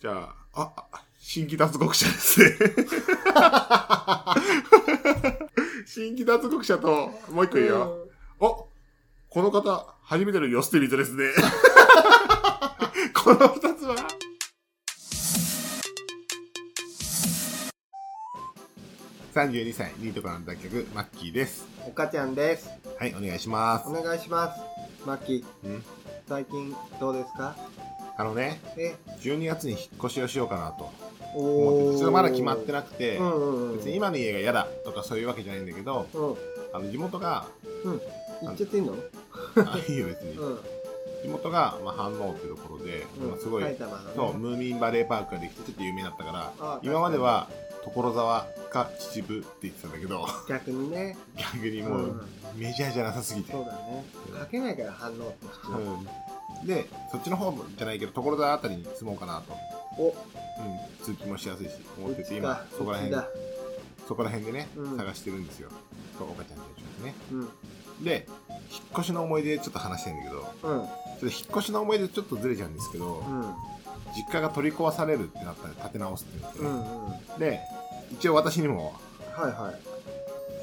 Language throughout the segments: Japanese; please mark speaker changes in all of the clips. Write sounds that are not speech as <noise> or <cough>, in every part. Speaker 1: じゃあ、あ、あ新規脱獄者です
Speaker 2: <laughs>
Speaker 1: ね。新規脱獄者と、もう一個いいよ。おこの方、初めてのヨステミズ
Speaker 2: <laughs>
Speaker 1: ですね。この二つは32歳、ニートからの脱却、マッキーです。
Speaker 2: おかちゃんです。
Speaker 1: はい、お願いします
Speaker 2: お。願いします。マッキー、
Speaker 1: うん
Speaker 2: 最近どうですか
Speaker 1: あのね、
Speaker 2: え、
Speaker 1: 12月に引っ越しをしようかなと思っ
Speaker 2: お
Speaker 1: てて、それまだ決まって
Speaker 2: な
Speaker 1: なくて、
Speaker 2: うんうんうん。
Speaker 1: 別に今の家が嫌だとかそういうわけじゃないんだけど、
Speaker 2: う
Speaker 1: あ
Speaker 2: ん。
Speaker 1: の地元
Speaker 2: <laughs>
Speaker 1: が、
Speaker 2: 言っちゃっていいのうん。
Speaker 1: あいいよ別に、地元が、まあ、反応っていうところで、
Speaker 2: うん
Speaker 1: まあ、すごい、
Speaker 2: 埼玉のね
Speaker 1: そう、ムーミンバレーパークができてちょっと有名だったから、
Speaker 2: あ
Speaker 1: 今まで、は所沢か秩父って言ってたんだけど、 <laughs>
Speaker 2: 確かに逆にね。
Speaker 1: 逆にも
Speaker 2: うん
Speaker 1: うメジャーじゃなさすぎて。
Speaker 2: そうだね。かけないから反応って普通。
Speaker 1: うんで、そっちの方じゃないけど、所沢あたりに住もうかなと。
Speaker 2: お、
Speaker 1: うん、通勤もしやすいし、思っ
Speaker 2: う
Speaker 1: てて、
Speaker 2: ち
Speaker 1: 今
Speaker 2: だ。、
Speaker 1: そこら
Speaker 2: うち
Speaker 1: 辺
Speaker 2: だ。、
Speaker 1: そこら辺でね、
Speaker 2: うん
Speaker 1: 探してるんですよ。そう、岡ちゃんと一緒にね。
Speaker 2: うん。うん。
Speaker 1: で、引っ越しの思い出ちょっと話したいんだけど、ちょっと引っ越しの思い出ちょっとずれちゃうんですけど、
Speaker 2: うん。
Speaker 1: 実家が取り壊されるってなったら立て直すってなって
Speaker 2: う
Speaker 1: ね、
Speaker 2: ん。うん。は
Speaker 1: で一応私にも
Speaker 2: いは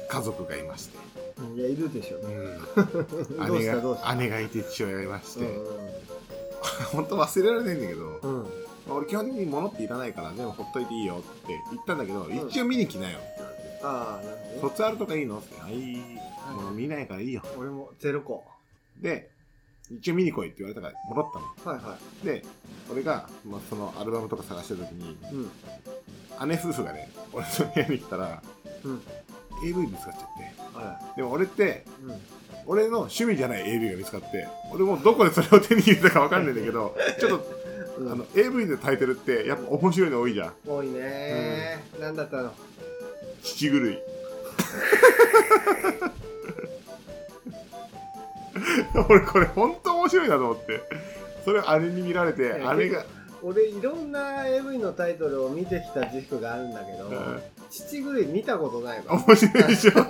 Speaker 1: 家族がいまして、
Speaker 2: いうん。いや、い
Speaker 1: <laughs>
Speaker 2: るでしょ。どう
Speaker 1: 姉
Speaker 2: したどうし
Speaker 1: が
Speaker 2: た
Speaker 1: 姉がいて父親がいまして、
Speaker 2: う
Speaker 1: 本当忘れられないんだけど、
Speaker 2: ん。うん。
Speaker 1: まあ俺基本的に物っていらないからでもほっといていいよって言ったんだけど、
Speaker 2: ん
Speaker 1: 一応見に来なよって言われて
Speaker 2: ああ、なる
Speaker 1: 「
Speaker 2: ほどね。
Speaker 1: 卒アルとかいいの?」って「あいいもう見ないからいいよ
Speaker 2: 俺もゼロ個。」
Speaker 1: で一応見に来いって言われたから戻ったの
Speaker 2: はいは
Speaker 1: で俺が、まあ、そのアルバムとか探してる時に
Speaker 2: い。うん。
Speaker 1: 姉夫婦がね俺の部屋に来たら
Speaker 2: うん。
Speaker 1: AV 見つかっちゃって
Speaker 2: あ
Speaker 1: でも俺って
Speaker 2: ら。うん。
Speaker 1: 俺の趣味じゃない AV が見つかって俺もどこでそれを手に入れたかわかんないんだけ
Speaker 2: <laughs>
Speaker 1: どちょっと
Speaker 2: うん
Speaker 1: あの AV のタイトルってやっぱ面白いの多いじゃん
Speaker 2: 多いねー、なんだったの
Speaker 1: 乳狂
Speaker 2: <laughs>
Speaker 1: い俺これ本当面白いなと思ってそれを姉に見られて
Speaker 2: や
Speaker 1: 姉が
Speaker 2: 俺いろんな AV のタイトルを見てきた自負があるんだけど、
Speaker 1: うん
Speaker 2: 父狂い見たことないわ
Speaker 1: 面白いでしょ
Speaker 2: 多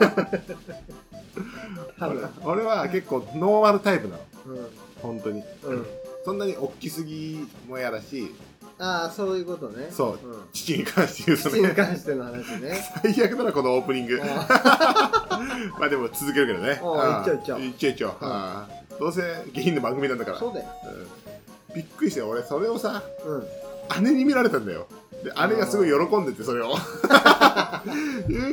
Speaker 2: 分
Speaker 1: <laughs> 俺俺は結構ノーマルタイプなの
Speaker 2: うん、
Speaker 1: 本当に
Speaker 2: うん、
Speaker 1: そんなに大きすぎもやだし
Speaker 2: ああそういうことね
Speaker 1: そう
Speaker 2: うん、
Speaker 1: 父に関して言うと
Speaker 2: 父に
Speaker 1: ね
Speaker 2: 関しての話
Speaker 1: <laughs>
Speaker 2: ね
Speaker 1: 最悪だなこのオープニング
Speaker 2: あ
Speaker 1: まあでも続けるけどね。
Speaker 2: おう
Speaker 1: ああ
Speaker 2: いっちゃうい
Speaker 1: いっちゃういっちゃう。ああどうせ下品の番組なんだから。
Speaker 2: ーそうだよ、
Speaker 1: うんびっくりして俺それをさ
Speaker 2: うん、
Speaker 1: 姉に見られたんだよ。で姉がすごい喜んでてそ
Speaker 2: <laughs>
Speaker 1: れを。ウ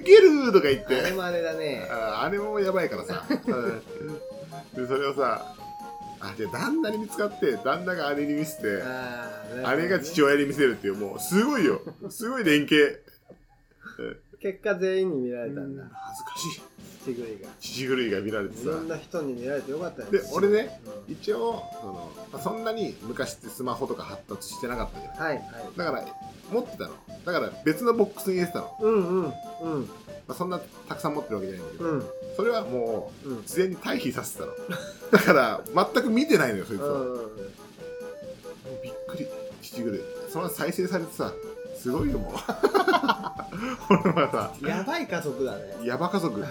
Speaker 1: ケるとか言っ
Speaker 2: あれ
Speaker 1: て。
Speaker 2: もあれだね
Speaker 1: ああれもやばいからさ。うんでそれをさあじゃあ旦那に見つかって旦那が姉に見せて。
Speaker 2: あーなるほどね
Speaker 1: 姉が父親に見せるっていうもうすごいよすごい連携
Speaker 2: 結果全員に見られ
Speaker 1: 恥
Speaker 2: たん
Speaker 1: ず
Speaker 2: だ、
Speaker 1: かしい
Speaker 2: 父狂いが
Speaker 1: 父狂いが見られて
Speaker 2: い
Speaker 1: さ
Speaker 2: ろんな人に見られてよかったよ
Speaker 1: で
Speaker 2: 父
Speaker 1: 俺ね
Speaker 2: うん
Speaker 1: 一応その、まあそんなに昔ってスマホとか発達してなかったじゃない
Speaker 2: はいはい
Speaker 1: だから持ってたのだから別のボックスに入れてたの、ま
Speaker 2: うんうんうん
Speaker 1: あ、そんなたくさん持ってるわけじゃないんだけ
Speaker 2: う
Speaker 1: ど、
Speaker 2: ん
Speaker 1: それはも
Speaker 2: うんうん
Speaker 1: う自然に退避させてたのだから全く見てないのよそいつ
Speaker 2: う
Speaker 1: をもうん
Speaker 2: うん
Speaker 1: びっくり父ぐらいその再生されてさすごいよもう <laughs> 俺はさ
Speaker 2: やばい家族だね
Speaker 1: ヤバ家族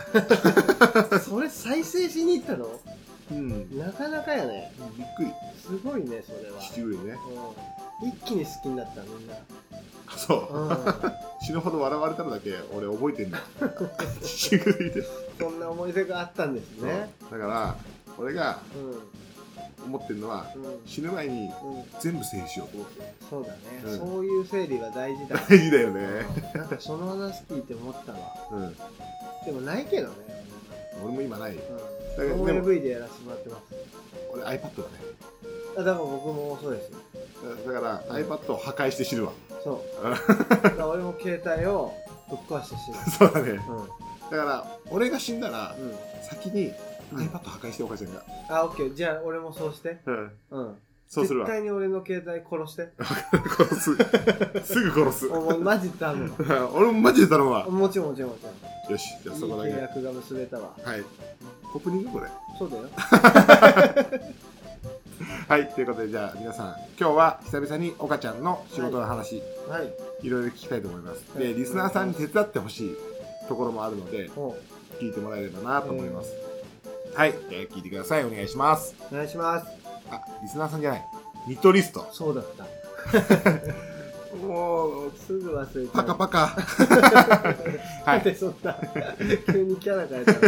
Speaker 2: それ再生しに行ったの
Speaker 1: うんびっ
Speaker 2: なかなかやね
Speaker 1: くり
Speaker 2: すごいねそれは
Speaker 1: 父ぐらいね
Speaker 2: うん一気に好きになったみんな
Speaker 1: そう
Speaker 2: うん
Speaker 1: 死ぬほど笑われたのだけ俺覚えてんだよ父ぐらいで
Speaker 2: そんな思い出があったんですね
Speaker 1: だから俺が
Speaker 2: うんうん
Speaker 1: 思ってるのは
Speaker 2: うん
Speaker 1: 死ぬ前に全部整理しようと思って
Speaker 2: そうだね
Speaker 1: うん
Speaker 2: そういう整理は大事だ
Speaker 1: <laughs> 大事だよね
Speaker 2: なんかその話聞いて思ったわ
Speaker 1: うん
Speaker 2: でもないけどね
Speaker 1: 俺も今ないよ
Speaker 2: う
Speaker 1: だけ
Speaker 2: ん
Speaker 1: どでも
Speaker 2: OMV でやらせてもらってます
Speaker 1: 俺 iPad だね
Speaker 2: あだから僕もそうですよ
Speaker 1: だだから iPad を破壊して死ぬわ <laughs>
Speaker 2: そうだから俺も携帯をぶっ壊してしま
Speaker 1: そうだね
Speaker 2: う
Speaker 1: だから俺が死んだら
Speaker 2: うんうん
Speaker 1: 先に
Speaker 2: うん
Speaker 1: iPad 破壊しておかちゃんが
Speaker 2: あオッケーじゃあ俺もそうして
Speaker 1: うん
Speaker 2: うん
Speaker 1: そうするわ
Speaker 2: 絶対に俺の携帯殺して
Speaker 1: <laughs> 殺すすぐ殺す <laughs>
Speaker 2: お前マジ頼む
Speaker 1: 俺もマジで頼むわ
Speaker 2: もちろんもちろんもちろん
Speaker 1: よしじゃあ
Speaker 2: いい
Speaker 1: そこだけ
Speaker 2: 契約が結べたわ
Speaker 1: はいオープニングこれ
Speaker 2: そうだよ
Speaker 1: はいということでじゃあ皆さん今日は久々に岡ちゃんの仕事の話、
Speaker 2: はい
Speaker 1: いろいろ聞きたいと思います。
Speaker 2: は
Speaker 1: で、
Speaker 2: い
Speaker 1: リスナーさんに手伝ってほしいところもあるので、
Speaker 2: おう
Speaker 1: 聞いてもらえればなと思います。はい、じゃあ聞いてください。お願いします。
Speaker 2: お願いします
Speaker 1: あ、リスナーさんじゃない。ニトリスト。
Speaker 2: そうだった
Speaker 1: もう、
Speaker 2: すぐ忘れて
Speaker 1: パカパカ。 <laughs>
Speaker 2: <laughs> な
Speaker 1: は
Speaker 2: ん
Speaker 1: い。
Speaker 2: でそんな急にキャラ変えたの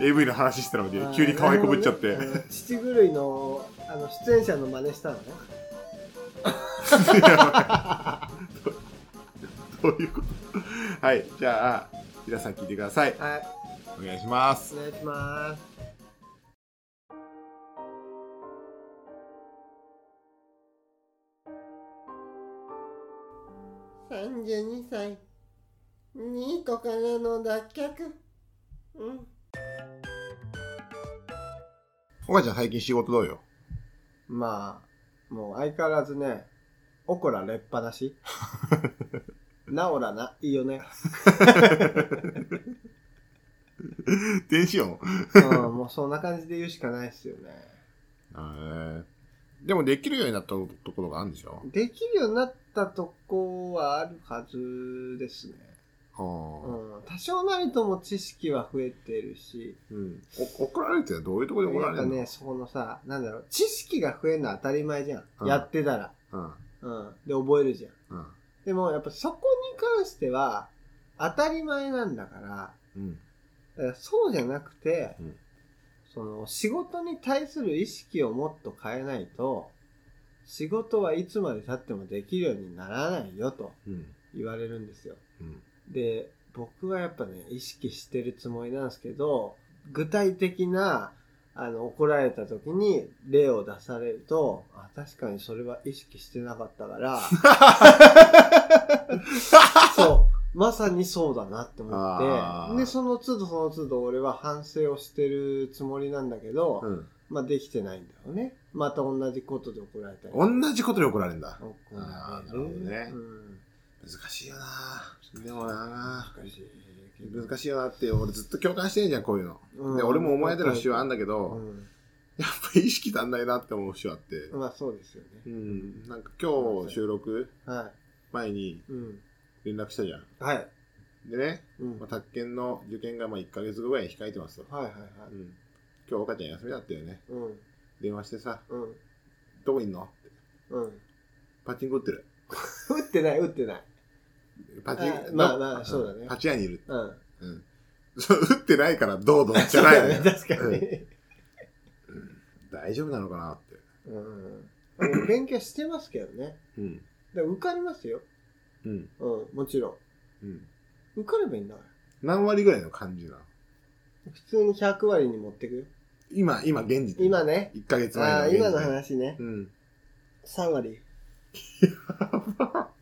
Speaker 1: AV の話してたのに、急に可愛いこぶっちゃっ
Speaker 2: あ
Speaker 1: て
Speaker 2: ーな。るほどねあの父狂いのあの出演者の真似したのね
Speaker 1: どういうことはい。じゃあ、皆さん聞いてください。
Speaker 2: はい
Speaker 1: お願いします
Speaker 2: お。願いします32歳ニ個からの脱却うん
Speaker 1: おばあちゃん、最近仕事どうよ。
Speaker 2: まあもう相変わらずねオコラれっぱな <laughs> し治らないよね
Speaker 1: 電子音
Speaker 2: うんもうそんな感じで言うしかないですよね
Speaker 1: でも、できるようになったところがあるんでしょ
Speaker 2: できるようになったとこはあるはずですね
Speaker 1: あ
Speaker 2: うん多少なりとも知識は増えてるし、
Speaker 1: あ。うん。お怒られるってのはどういうところで怒ら
Speaker 2: やっ
Speaker 1: れる
Speaker 2: ぱ
Speaker 1: の
Speaker 2: ね、そこのさ、なんだろう、知識が増えるのは当たり前じゃん。
Speaker 1: うん
Speaker 2: やってたら。
Speaker 1: うん。
Speaker 2: うん。で、覚えるじゃん。
Speaker 1: うん。
Speaker 2: でも、やっぱそこに関しては、当たり前なんだから、
Speaker 1: うん。
Speaker 2: だからそうじゃなくて、
Speaker 1: うん
Speaker 2: その、仕事に対する意識をもっと変えないと、仕事はいつまで経ってもできるようにならないよと
Speaker 1: うん。
Speaker 2: 言われるんですよ。
Speaker 1: うん。
Speaker 2: で僕はやっぱね意識してるつもりなんですけど具体的なあの怒られた時に例を出されるとあ確かにそれは意識してなかったから
Speaker 1: <laughs>
Speaker 2: そうまさにそうだなって
Speaker 1: あ
Speaker 2: 思っ
Speaker 1: ー
Speaker 2: てでその都度その都度俺は反省をしてるつもりなんだけど、
Speaker 1: うん。
Speaker 2: まあできてないんだよねまた同じことで怒られたり
Speaker 1: 同じことで怒られるんだ。
Speaker 2: 怒
Speaker 1: あ
Speaker 2: ら
Speaker 1: ーな
Speaker 2: れる
Speaker 1: るほどね
Speaker 2: うん、
Speaker 1: 難しいよなでもな
Speaker 2: 難しいけど
Speaker 1: 難しいよなって、俺ずっと共感してんじゃん、こういうの。
Speaker 2: うん
Speaker 1: で、俺もお前での主はあんだけど、
Speaker 2: うん
Speaker 1: やっぱ意識足んないなって思う主はあって。
Speaker 2: まあそうですよ
Speaker 1: う
Speaker 2: ね。
Speaker 1: ん。なんか今日収録
Speaker 2: は
Speaker 1: 前に
Speaker 2: い。うん。
Speaker 1: 連絡したじゃん。
Speaker 2: はい。
Speaker 1: でね、
Speaker 2: うん。
Speaker 1: まあ、
Speaker 2: はい
Speaker 1: 宅建の受験がまあ1ヶ月後ぐらいに控えてますと。
Speaker 2: はいはい。
Speaker 1: うん。今日岡ちゃん休みだったよね。
Speaker 2: うん。
Speaker 1: 電話してさ、
Speaker 2: うん。
Speaker 1: どこいんの
Speaker 2: うん。
Speaker 1: パチンコ打ってる。
Speaker 2: 打ってない、打ってない。
Speaker 1: パチン
Speaker 2: あまあまあそうだね
Speaker 1: パチ屋にいる。
Speaker 2: うん。。
Speaker 1: うん。そう打ってないからどうどうじゃないのよ
Speaker 2: <laughs>
Speaker 1: <laughs>
Speaker 2: 確かに。
Speaker 1: 大丈夫なのかなって。
Speaker 2: うん。でも勉強してますけどね。
Speaker 1: うん。
Speaker 2: で受かりますよ。
Speaker 1: うん。
Speaker 2: うん。もちろ
Speaker 1: う
Speaker 2: ん。
Speaker 1: ん。
Speaker 2: 受かればいいんだから。
Speaker 1: 何割ぐらいの感じなの
Speaker 2: 普通に100割に持ってくよ。
Speaker 1: 今、今、現時点
Speaker 2: 今ね。
Speaker 1: 1ヶ月前の
Speaker 2: ああ、
Speaker 1: 現時点
Speaker 2: 今の話ね
Speaker 1: う。ん。
Speaker 2: 3割。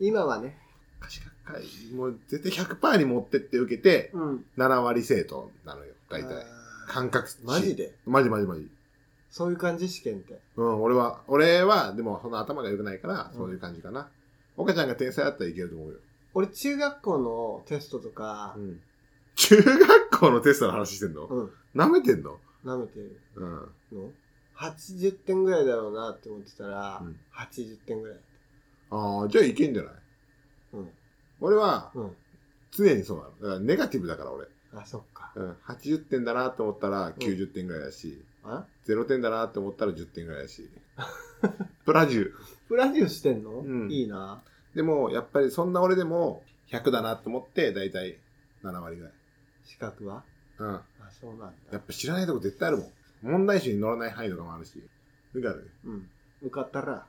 Speaker 2: 今はね。
Speaker 1: かしかかい。もう絶対100%に持ってって受けて、
Speaker 2: うん。
Speaker 1: 7割正答なのよ、大体。
Speaker 2: あー
Speaker 1: 感覚値
Speaker 2: マジで
Speaker 1: マジマジマジ。
Speaker 2: そういう感じ試験って。
Speaker 1: うん、俺は、俺は、でも、その頭が良くないから、そういう感じかな。岡ちゃんが天才だったらいけると思うよ。
Speaker 2: 俺、中学校のテストとか
Speaker 1: う、ん。中学校のテストの話してんの
Speaker 2: うん。
Speaker 1: 舐めてんの
Speaker 2: 舐めてる。
Speaker 1: うん。
Speaker 2: の80点ぐらいだろうなって思ってたら、
Speaker 1: うん
Speaker 2: 80点ぐらいだっ
Speaker 1: ああ、じゃあいけんじゃない
Speaker 2: たうん
Speaker 1: 俺は、
Speaker 2: うん
Speaker 1: 常にそうなの。だから、ネガティブだから、俺。
Speaker 2: あそっか
Speaker 1: うん。80点だなと思ったら、90点ぐらいだし、
Speaker 2: あ
Speaker 1: 0点だなって思ったら10点ぐらいだし。 <laughs> プラ10。
Speaker 2: プラデュースしてんの、
Speaker 1: うん
Speaker 2: いいな
Speaker 1: でも、やっぱりそんな俺でも100だなと思って、だいたい7割ぐらい。
Speaker 2: 資格は
Speaker 1: うん。
Speaker 2: あそうなん
Speaker 1: や
Speaker 2: だ
Speaker 1: っぱ知らないとこ絶対あるもん。問題集に載らない範囲とかもあるし。だからね。
Speaker 2: うん受かったら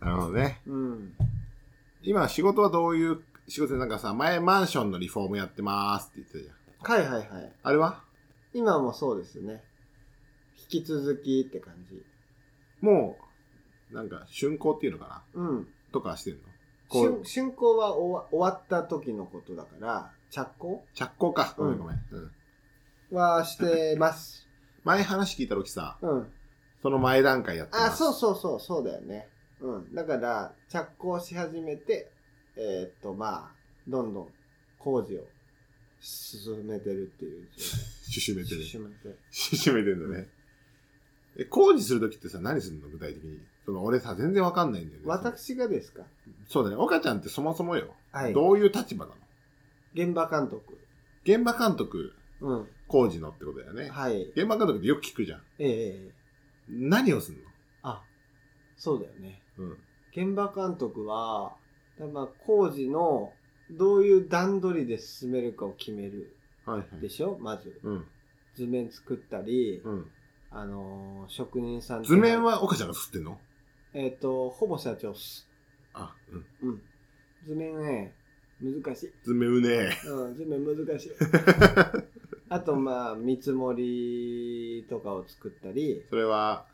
Speaker 1: なるほどね。
Speaker 2: うん
Speaker 1: 今、仕事はどういう仕事でなんかさ、前マンションのリフォームやってますって言ってたじゃん。
Speaker 2: はいはいはい
Speaker 1: あれは
Speaker 2: 今もそうですね引き続きって感じ
Speaker 1: もう、なんか、竣工っていうのかな
Speaker 2: うん
Speaker 1: とかしてんのこ
Speaker 2: 竣
Speaker 1: う、
Speaker 2: 竣工は終わ終わった時のことだから着工
Speaker 1: 着工か。ごめ
Speaker 2: うん
Speaker 1: んごめん。うん。
Speaker 2: はして
Speaker 1: <laughs>
Speaker 2: ます
Speaker 1: 前話聞いた時さ、
Speaker 2: うん
Speaker 1: その前段階やってます。
Speaker 2: あ、そうそうそう、そうだよね。うん。だから、着工し始めて、えーっと、まあ、どんどん工事を進めてるっていう
Speaker 1: 縮めて
Speaker 2: 状
Speaker 1: る
Speaker 2: 態。。進めてる。
Speaker 1: 縮めてんだね。え、工事するときってさ、何するの具体的に。その、俺さ、全然わかんないんだよね。
Speaker 2: 私がですか
Speaker 1: そうだね。岡ちゃんってそもそもよ。
Speaker 2: はい。
Speaker 1: どういう立場なの
Speaker 2: 現場監督。
Speaker 1: 現場監督、
Speaker 2: うん。
Speaker 1: 工事のってことだよね。
Speaker 2: はい。
Speaker 1: 現場監督ってよく聞くじゃん。
Speaker 2: ええ
Speaker 1: 何をすんの
Speaker 2: あ、そうだよね。
Speaker 1: うん。
Speaker 2: 現場監督は、だからまあ工事のどういう段取りで進めるかを決める
Speaker 1: はいはい。
Speaker 2: でしょ、まず。
Speaker 1: うん。
Speaker 2: 図面作ったり、
Speaker 1: うん。
Speaker 2: あのー職人さんとか
Speaker 1: 図面は岡ちゃんが吸ってんの
Speaker 2: えっ、と、ほぼ社長っす。
Speaker 1: あ、うん。
Speaker 2: うん。図面ね、難しい。
Speaker 1: 図面うね
Speaker 2: うん、全部難
Speaker 1: <laughs>
Speaker 2: しい。あと、まあ、見積もりとかを作ったり、
Speaker 1: それは、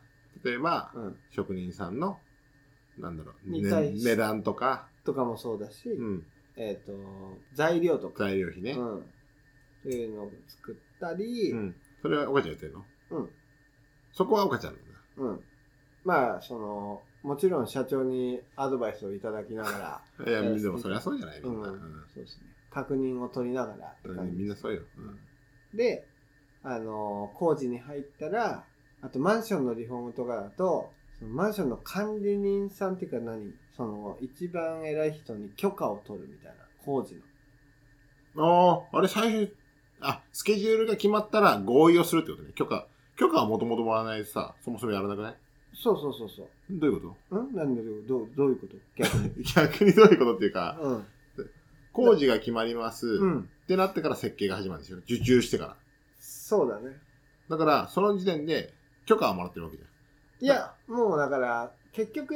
Speaker 1: 例えば、
Speaker 2: うん、
Speaker 1: 職人さんの、なんだろう、ね
Speaker 2: に対し
Speaker 1: 値段とか、
Speaker 2: とかもそうだし、
Speaker 1: うん、
Speaker 2: えっ、と、材料とか、
Speaker 1: 材料費ね。
Speaker 2: うん、というのを作ったり、
Speaker 1: う
Speaker 2: うん、
Speaker 1: ん。それは岡ちゃんやってるの
Speaker 2: うん。
Speaker 1: そこは岡ちゃんなんだ。
Speaker 2: まあ、その、もちろん社長にアドバイスをいただきながら、
Speaker 1: いや、
Speaker 2: えー
Speaker 1: でもそりゃそうじゃないみんな。
Speaker 2: う
Speaker 1: うんん
Speaker 2: そうですね、確認を取りながらって
Speaker 1: う
Speaker 2: 感
Speaker 1: ん。
Speaker 2: じ
Speaker 1: みん
Speaker 2: で
Speaker 1: な
Speaker 2: す。
Speaker 1: そうよ。う
Speaker 2: うん
Speaker 1: ん
Speaker 2: で、あの、工事に入ったら、あとマンションのリフォームとかだと、そのマンションの管理人さんっていうか何その、一番偉い人に許可を取るみたいな、工事の。
Speaker 1: ああ、あれ最初、あ、スケジュールが決まったら合意をするってことね。許可。許可はもともともらわないでさ、そもそもやらなくない
Speaker 2: そうそうそうそう。
Speaker 1: どういうこ
Speaker 2: うんなんだろうどう、どういうこと逆に。
Speaker 1: と <laughs> 逆にどういうことっていうか、
Speaker 2: <laughs> うん。
Speaker 1: 工事が決まります、
Speaker 2: う
Speaker 1: っ
Speaker 2: ん。
Speaker 1: てなってから設計が始まるんですよ。受注してから。
Speaker 2: そうだね。
Speaker 1: だから、その時点で許可はもらってるわけじゃん。
Speaker 2: いや、もうだから、結局、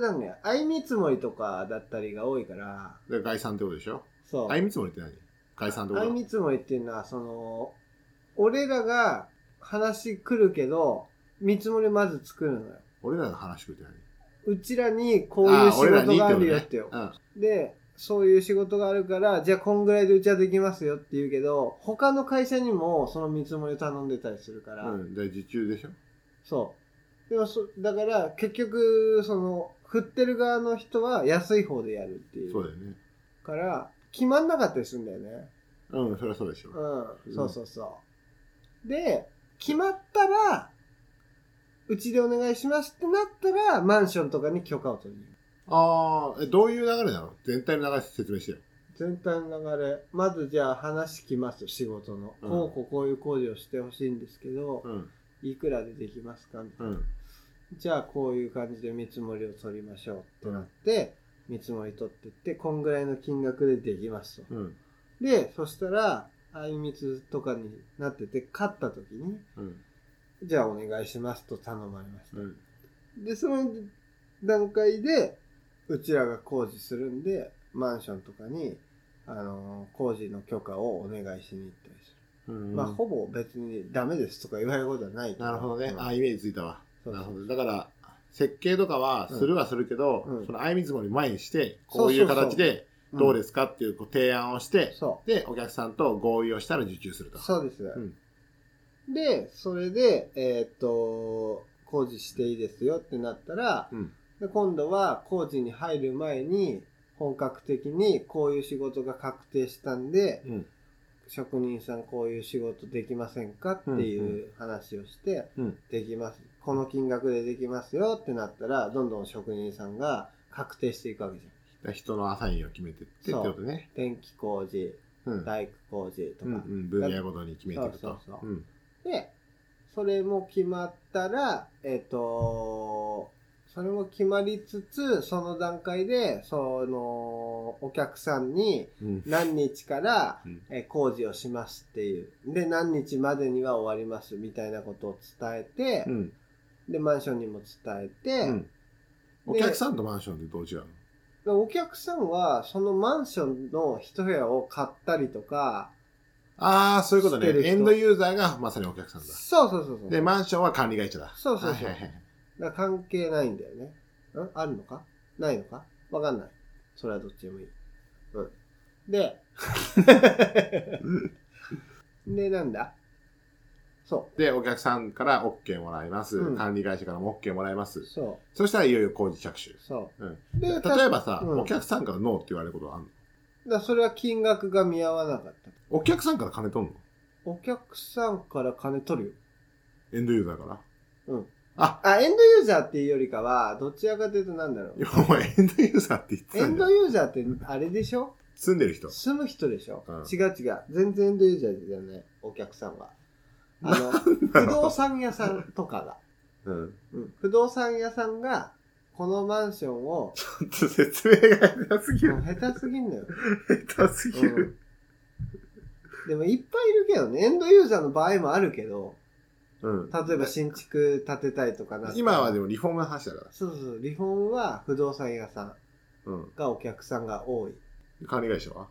Speaker 2: なんだよ、相見積もりとかだったりが多いから、
Speaker 1: で概算ってことでしょ
Speaker 2: そう。
Speaker 1: 相見積もりって何概算ってこ
Speaker 2: 相
Speaker 1: と
Speaker 2: 見積もりっていうのは、その、俺らが話来るけど、見積もりまず作るのよ。
Speaker 1: 俺らの話聞くって何
Speaker 2: うちらにこういう仕
Speaker 1: 俺ら
Speaker 2: 事
Speaker 1: に
Speaker 2: があるよっ
Speaker 1: ね
Speaker 2: てよ。
Speaker 1: うん。
Speaker 2: で、そういう仕事があるから、じゃあこんぐらいでうちはできますよって言うけど、他の会社にもその見積もりを頼んでたりするから、
Speaker 1: うん。で、受注でしょ
Speaker 2: そう。でもそ、だから結局、その、振ってる側の人は安い方でやるってい
Speaker 1: そう
Speaker 2: う
Speaker 1: だよね。
Speaker 2: から、決まんなかったりするんだよね。
Speaker 1: うん、それはそうでしょ。
Speaker 2: うん、そうそうそう。で、決まったら、うちでお願いしますってなったら、マンションとかに許可を取りに行く。
Speaker 1: ああ、えどういう流れなの全体の流れ説明してよ。
Speaker 2: 全体の流れ、まずじゃあ話聞きますよ、仕事の。
Speaker 1: うん
Speaker 2: こうこうこういう工事をしてほしいんですけど
Speaker 1: う、ん。
Speaker 2: いくらでできますかみたいな
Speaker 1: うん。
Speaker 2: じゃあこういう感じで見積もりを取りましょうってなって、見積もり取ってって、こんぐらいの金額でできますと。
Speaker 1: うん。
Speaker 2: で、そしたら、あいみつとかになってて、勝った時に、
Speaker 1: うん。
Speaker 2: じゃあお願いしますと頼まれました。
Speaker 1: うん。
Speaker 2: で、その段階で、うちらが工事するんで、マンションとかに、あのー工事の許可をお願いしに行ったりす
Speaker 1: うん
Speaker 2: る。まあ、ほぼ別にダメですとか言われることはない。
Speaker 1: なるほどね
Speaker 2: う。ん
Speaker 1: あ、イメージついたわ。
Speaker 2: そう
Speaker 1: な
Speaker 2: そう
Speaker 1: るほど。だから、設計とかはするはするけど、
Speaker 2: うん
Speaker 1: その相見積もり前にして、
Speaker 2: そ
Speaker 1: こ
Speaker 2: うそうそう、
Speaker 1: ういう形でどうですすかっていうこう提案をして、
Speaker 2: そう。
Speaker 1: で、お客さんと合意をしたら受注すると。
Speaker 2: そうです。
Speaker 1: ん
Speaker 2: で、それで、えーっと、工事していいですよってなったら、
Speaker 1: うん
Speaker 2: で今度は工事に入る前に、本格的にこういう仕事が確定したんで、
Speaker 1: うん。
Speaker 2: 職人さんこういう仕事できませんかっていう話をして、
Speaker 1: うん
Speaker 2: できます。この金額でできますよってなったら、どんどん職人さんが確定していくわけじゃん。
Speaker 1: 人のアサインを決めてってって
Speaker 2: そう
Speaker 1: ことね。
Speaker 2: 電気工事、
Speaker 1: うん。
Speaker 2: 大工工事と
Speaker 1: うん
Speaker 2: か。
Speaker 1: うん、分野ごとに決めていく
Speaker 2: そう
Speaker 1: と
Speaker 2: そう。そう
Speaker 1: うん
Speaker 2: で、それも決まったら、えっ、と、それも決まりつつ、その段階で、その、お客さんに
Speaker 1: うん
Speaker 2: 何日から、
Speaker 1: うん
Speaker 2: えー工事をしますっていう。で、何日までには終わりますみたいなことを伝えて、
Speaker 1: うん
Speaker 2: で、マンションにも伝えて、
Speaker 1: うんお客さんとマンションってどう違うの
Speaker 2: でお客さんはそのマンションの一部屋を買ったりとか、
Speaker 1: ああ、そういうこと
Speaker 2: 知ってる
Speaker 1: ね。エ
Speaker 2: 人
Speaker 1: ンドユーザーがまさにお客さんだ。
Speaker 2: そうそうそうそう。
Speaker 1: で、マンションは管理会社だ。
Speaker 2: そうそうそう
Speaker 1: はいはいはい
Speaker 2: だから関係ないんだよね。んあるのかないのかわかんない。それはどっちでもいい。うん。で、
Speaker 1: <laughs>
Speaker 2: で、なんだそ
Speaker 1: で、お客さんから OK もらいます。
Speaker 2: うん
Speaker 1: 管理会社からも OK もらいます
Speaker 2: う、。そ
Speaker 1: そしたらいよいよ工事着手
Speaker 2: う、。そう。
Speaker 1: うん
Speaker 2: で、た
Speaker 1: 例えばさ、
Speaker 2: うん
Speaker 1: お客さんからノーって言われることはあるの
Speaker 2: だそれは金額が見合わなかった。
Speaker 1: お客さんから金取る
Speaker 2: お客さんから金取るよ。
Speaker 1: のエンドユーザーから。
Speaker 2: うん。
Speaker 1: あ、
Speaker 2: あ、エンドユーザーっていうよりかは、どちらかというとなんだろう。
Speaker 1: 今お前エンドユーザーって言って
Speaker 2: エ
Speaker 1: た
Speaker 2: ン
Speaker 1: んだ
Speaker 2: ドユーザーってあれでしょ
Speaker 1: 住んでる人。
Speaker 2: 住む人でしょ、
Speaker 1: うん
Speaker 2: 違う違う。全然エンドユーザーじゃない。お客さんは。あ
Speaker 1: <laughs>
Speaker 2: の、
Speaker 1: だ
Speaker 2: 不
Speaker 1: ろう
Speaker 2: 動産屋さんとか
Speaker 1: う
Speaker 2: が。
Speaker 1: ん。
Speaker 2: うん不動産屋さんが、このマンションを、
Speaker 1: ょっと説明が下手すぎ
Speaker 2: もう
Speaker 1: る。
Speaker 2: 下手すぎんだよ。
Speaker 1: 下手すぎる。
Speaker 2: うんでもいっぱいいるけどね、エンドユーザーの場合もあるけど、
Speaker 1: うん。
Speaker 2: 例えば新築建てたいとかなったら
Speaker 1: 今はでもリフォームの話だから。
Speaker 2: そうそう、リフォームは不動産屋さん
Speaker 1: うん。
Speaker 2: がお客さんが多い。
Speaker 1: 管理会社は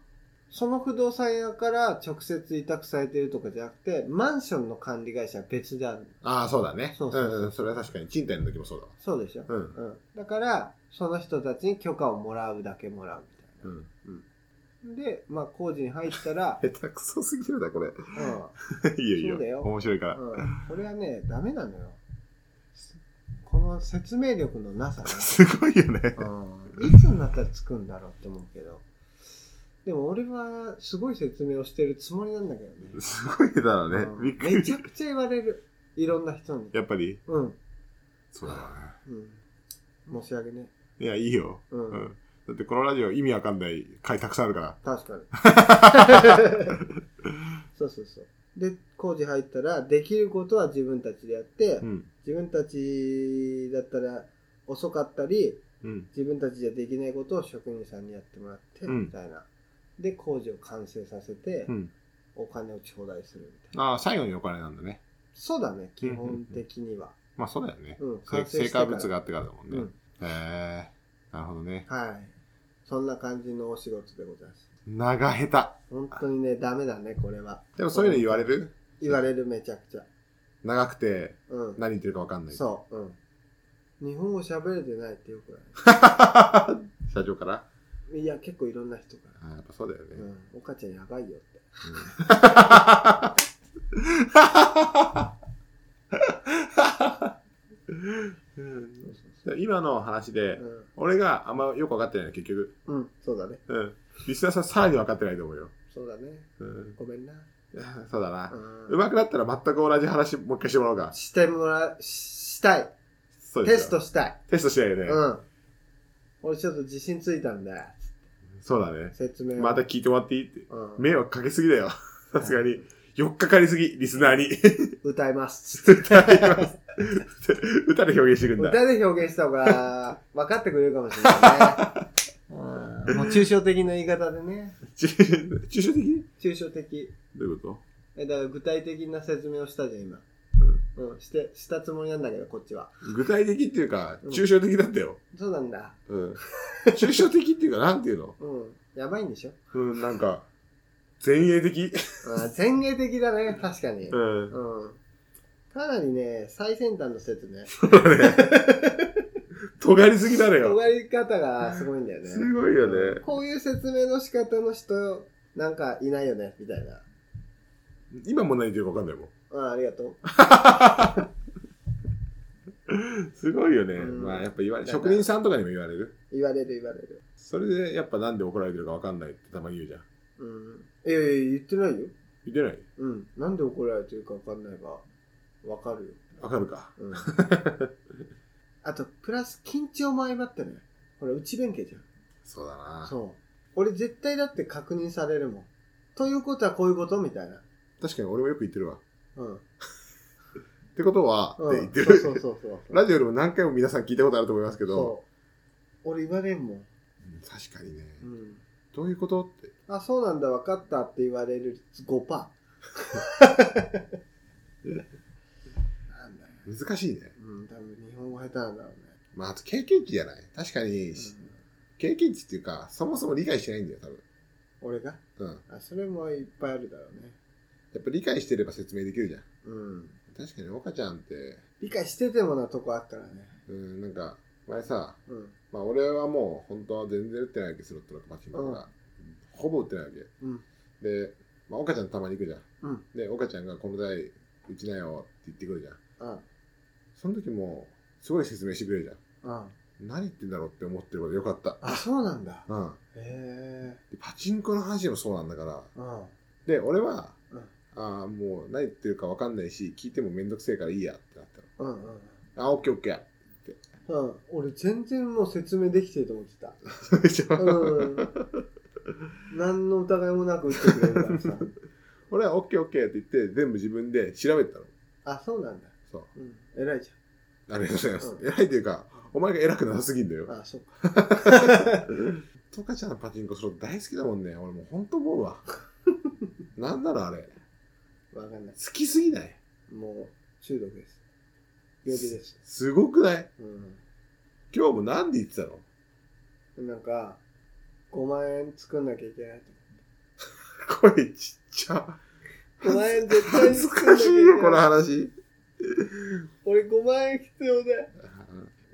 Speaker 2: その不動産屋から直接委託されてるとかじゃなくて、マンションの管理会社は別である。
Speaker 1: ああ、そうだね。
Speaker 2: そうそうそう
Speaker 1: うんうん。それは確かに賃貸の時もそう
Speaker 2: そうでしょ
Speaker 1: だわ。うん。
Speaker 2: うん。だから、その人たちに許可をもらうだけもらうみた
Speaker 1: う
Speaker 2: い
Speaker 1: ん。うん。
Speaker 2: な。で、まあ工事に入ったら
Speaker 1: <laughs> 、下手くそすぎるな、こ
Speaker 2: <laughs>
Speaker 1: れ。
Speaker 2: うん。
Speaker 1: いいよいい
Speaker 2: そうだよ
Speaker 1: よ。面白いから。
Speaker 2: うん。これはね、ダメなのよ。この説明力のなさね。
Speaker 1: すごいよね。
Speaker 2: うんいつになったらつくんだろうって思うけど。でも俺はすごい説明をしてるつもりなんだけどね。
Speaker 1: すごいだろうね
Speaker 2: う。ん
Speaker 1: びっく
Speaker 2: めち
Speaker 1: り
Speaker 2: ゃ。くちゃ言われる。いろんな人に。
Speaker 1: やっぱり
Speaker 2: うん。
Speaker 1: そうだわね。
Speaker 2: うん。申し訳ね。
Speaker 1: いや、いいよ。
Speaker 2: うん。
Speaker 1: うん。だってこのラジオ意味わかんない回たくさんあるから。
Speaker 2: 確
Speaker 1: <laughs>
Speaker 2: かに。そうそうそう。で、工事入ったら、できることは自分たちでやって、
Speaker 1: うん。
Speaker 2: 自分たちだったら遅かったり、
Speaker 1: うん。
Speaker 2: 自分たちじゃできないことを職員さんにやってもらって、
Speaker 1: うん
Speaker 2: みたいな。で、工事を完成させて、
Speaker 1: うん。
Speaker 2: お金を頂戴するみたいな。
Speaker 1: ああ、最後にお金なんだね。
Speaker 2: そうだね、基本的には。
Speaker 1: まあそうだよね。
Speaker 2: うん、
Speaker 1: 成
Speaker 2: 完成
Speaker 1: 成
Speaker 2: してか
Speaker 1: 果
Speaker 2: ら
Speaker 1: 物があってからだもん
Speaker 2: う
Speaker 1: ね。
Speaker 2: ん。
Speaker 1: へえ。なるほどね。
Speaker 2: はい。そんな感じのお仕事でございます。
Speaker 1: 長下
Speaker 2: 本当にね、ダメだね、これは。
Speaker 1: 手。でもそういうの言われる
Speaker 2: 言われる、めちゃくちゃ。
Speaker 1: 長くて
Speaker 2: うん。
Speaker 1: 何言ってるかわかんない。う。
Speaker 2: そう、うん。日本語喋れてないってよく
Speaker 1: 社長から
Speaker 2: ない。いや、結構いろんな人から。
Speaker 1: ああ、やっぱそうだよね。
Speaker 2: うん。岡ちゃんやばいよって。
Speaker 1: うん
Speaker 2: そう
Speaker 1: で今の話で、
Speaker 2: そう
Speaker 1: 俺があんまよくわかってないの、結局。
Speaker 2: うん。うん、そうだね。
Speaker 1: うん。リスナーさんさらに分かってないと思うよ。
Speaker 2: そうだね。
Speaker 1: うん。
Speaker 2: ごめんな。
Speaker 1: そうだな。
Speaker 2: う
Speaker 1: うまくなったら全く同じ話もう一回してもらおうか。
Speaker 2: してもら、ししたい。
Speaker 1: そうで
Speaker 2: テ
Speaker 1: す
Speaker 2: ス
Speaker 1: よ
Speaker 2: トしたい。
Speaker 1: テストしないよね。
Speaker 2: うん。俺ちょっと自信ついたんだよ。
Speaker 1: そうだね。
Speaker 2: 説明を
Speaker 1: また聞いてもらっていいって。
Speaker 2: うん、
Speaker 1: 迷惑かけすぎだよ。さすがに。4日かかりすぎ、リスナーに。 <laughs>
Speaker 2: 歌います。 <laughs>
Speaker 1: 歌で表現してくんだ。
Speaker 2: 歌で表現した方が分かってくれるかもしれないね。うんもう抽象的な言い方でね。
Speaker 1: 抽象的
Speaker 2: 抽象的。
Speaker 1: どういうこ
Speaker 2: え、だから具体的な説明をしたじゃん、今。うん、して、したつもりなんだけど、こっちは。
Speaker 1: と具体的っていうか、
Speaker 2: うん
Speaker 1: 抽象的だったよ。
Speaker 2: そうなんだ。
Speaker 1: うん。抽象的っていうか、なんていうの
Speaker 2: うん。やばいんでしょ
Speaker 1: うん、なんか、前衛的。
Speaker 2: あー前衛的だね、確かに。
Speaker 1: う。
Speaker 2: うんん。かなりね、最先端の説ね。
Speaker 1: <laughs> 尖りすぎなのよ。
Speaker 2: 尖り方がすごいんだよね。
Speaker 1: すごいよね。
Speaker 2: こういう説明の仕方の人、なんかいないよね、みたいな。
Speaker 1: 今も何言ってるか分かんないもん。
Speaker 2: ああ、ありがとう。
Speaker 1: すごいよね。
Speaker 2: うん
Speaker 1: まあ、やっぱ言われ、
Speaker 2: だから
Speaker 1: 職人さんとかにも言われる。
Speaker 2: 言われる言われる。
Speaker 1: それで、やっぱなんで怒られてるか分かんないってたまに言うじゃん。
Speaker 2: うん。いやいや、言ってないよ。
Speaker 1: 言ってない
Speaker 2: うん。なんで怒られてるかわかんないが、わかるよ。
Speaker 1: わかるか。 <laughs>
Speaker 2: うん。あと、プラス緊張も相まってね。これ、内弁慶じゃ
Speaker 1: そうだ
Speaker 2: ん。
Speaker 1: な。
Speaker 2: そう。俺絶対だって確認されるもん。ということはこういうことみたいな。
Speaker 1: 確かに俺もよく言ってるわ。
Speaker 2: うん。
Speaker 1: ってことは、
Speaker 2: うん、
Speaker 1: って言って
Speaker 2: そう
Speaker 1: る。
Speaker 2: そうそうそう。
Speaker 1: ラジオでも何回も皆さん聞いたことあると思いますけど、
Speaker 2: そう。俺言われんもん。
Speaker 1: うん確かにね、
Speaker 2: うん。
Speaker 1: どういうことって。
Speaker 2: あ、そうなんだ、分かったって言われる率5%。なんだよ。
Speaker 1: 難しいね。
Speaker 2: うん、多分日本語下手なんだろうね。
Speaker 1: まあ、あと経験値じゃない。確かに、経験値っていうか、そもそも理解してないんだよ、多分。
Speaker 2: うん俺が
Speaker 1: うん。
Speaker 2: あ、それもいっぱいあるだろうね。
Speaker 1: やっぱ理解してれば説明できるじゃん。
Speaker 2: うん。
Speaker 1: 確かに、岡ちゃんって、
Speaker 2: 理解しててもなとこあったらね。
Speaker 1: うん、なんか、前さ、
Speaker 2: うん。
Speaker 1: まあ、俺はもう、本当は全然打ってないわけ、スロットのマッチングから、ほぼ打ってないわけ。
Speaker 2: うん。
Speaker 1: で、まあ、岡ちゃんたまに行くじゃん。
Speaker 2: うん。
Speaker 1: で、岡ちゃんがこの台、打ちなよって言ってくるじゃん。
Speaker 2: あ、
Speaker 1: その時も、すごい説明してくれるじゃん。
Speaker 2: あ、
Speaker 1: 何言ってんだろうって思ってることよかった。
Speaker 2: あ、そうなんだ。
Speaker 1: うん。
Speaker 2: へえ。
Speaker 1: でパチンコの話もそうなんだから。
Speaker 2: うん。
Speaker 1: で、俺は、
Speaker 2: うん
Speaker 1: ああ、もう何言ってるか分かんないし、聞いてもめんどくせえからいいやってなった
Speaker 2: うんうん。
Speaker 1: の。あ、オッケーオッケー。
Speaker 2: うん、俺全然もう説明できてると思ってた。
Speaker 1: でし
Speaker 2: <laughs>
Speaker 1: ょ
Speaker 2: うん。何の疑いもなく打ってくれるか
Speaker 1: <laughs>
Speaker 2: らさ。
Speaker 1: 俺はオッケーオッケーって言って、全部自分で調べてたの。
Speaker 2: あ、そうなんだ。
Speaker 1: そう。
Speaker 2: うん。偉いじ
Speaker 1: ありがとうございます。
Speaker 2: うん
Speaker 1: 偉いというか、お前が偉くなさすぎんだよ。
Speaker 2: あ、そうか。
Speaker 1: トカちゃんのパチンコ、それ大好きだもんね。俺もうほんと思うわ。 <laughs> なんなのあれ。
Speaker 2: わかんない。
Speaker 1: 好きすぎない
Speaker 2: もう、中毒です。病気です。
Speaker 1: すごくない
Speaker 2: うん。
Speaker 1: 今日もなんで言ってたの
Speaker 2: なんか、5万円作んなきゃいけない
Speaker 1: 声ちっちゃ。
Speaker 2: と。5万円絶対
Speaker 1: 恥
Speaker 2: に
Speaker 1: ず
Speaker 2: 作んな
Speaker 1: か
Speaker 2: き
Speaker 1: し
Speaker 2: ゃ
Speaker 1: い
Speaker 2: いけ
Speaker 1: よ、 <laughs> この
Speaker 2: ない。
Speaker 1: 話。
Speaker 2: 俺5万円必要だよ。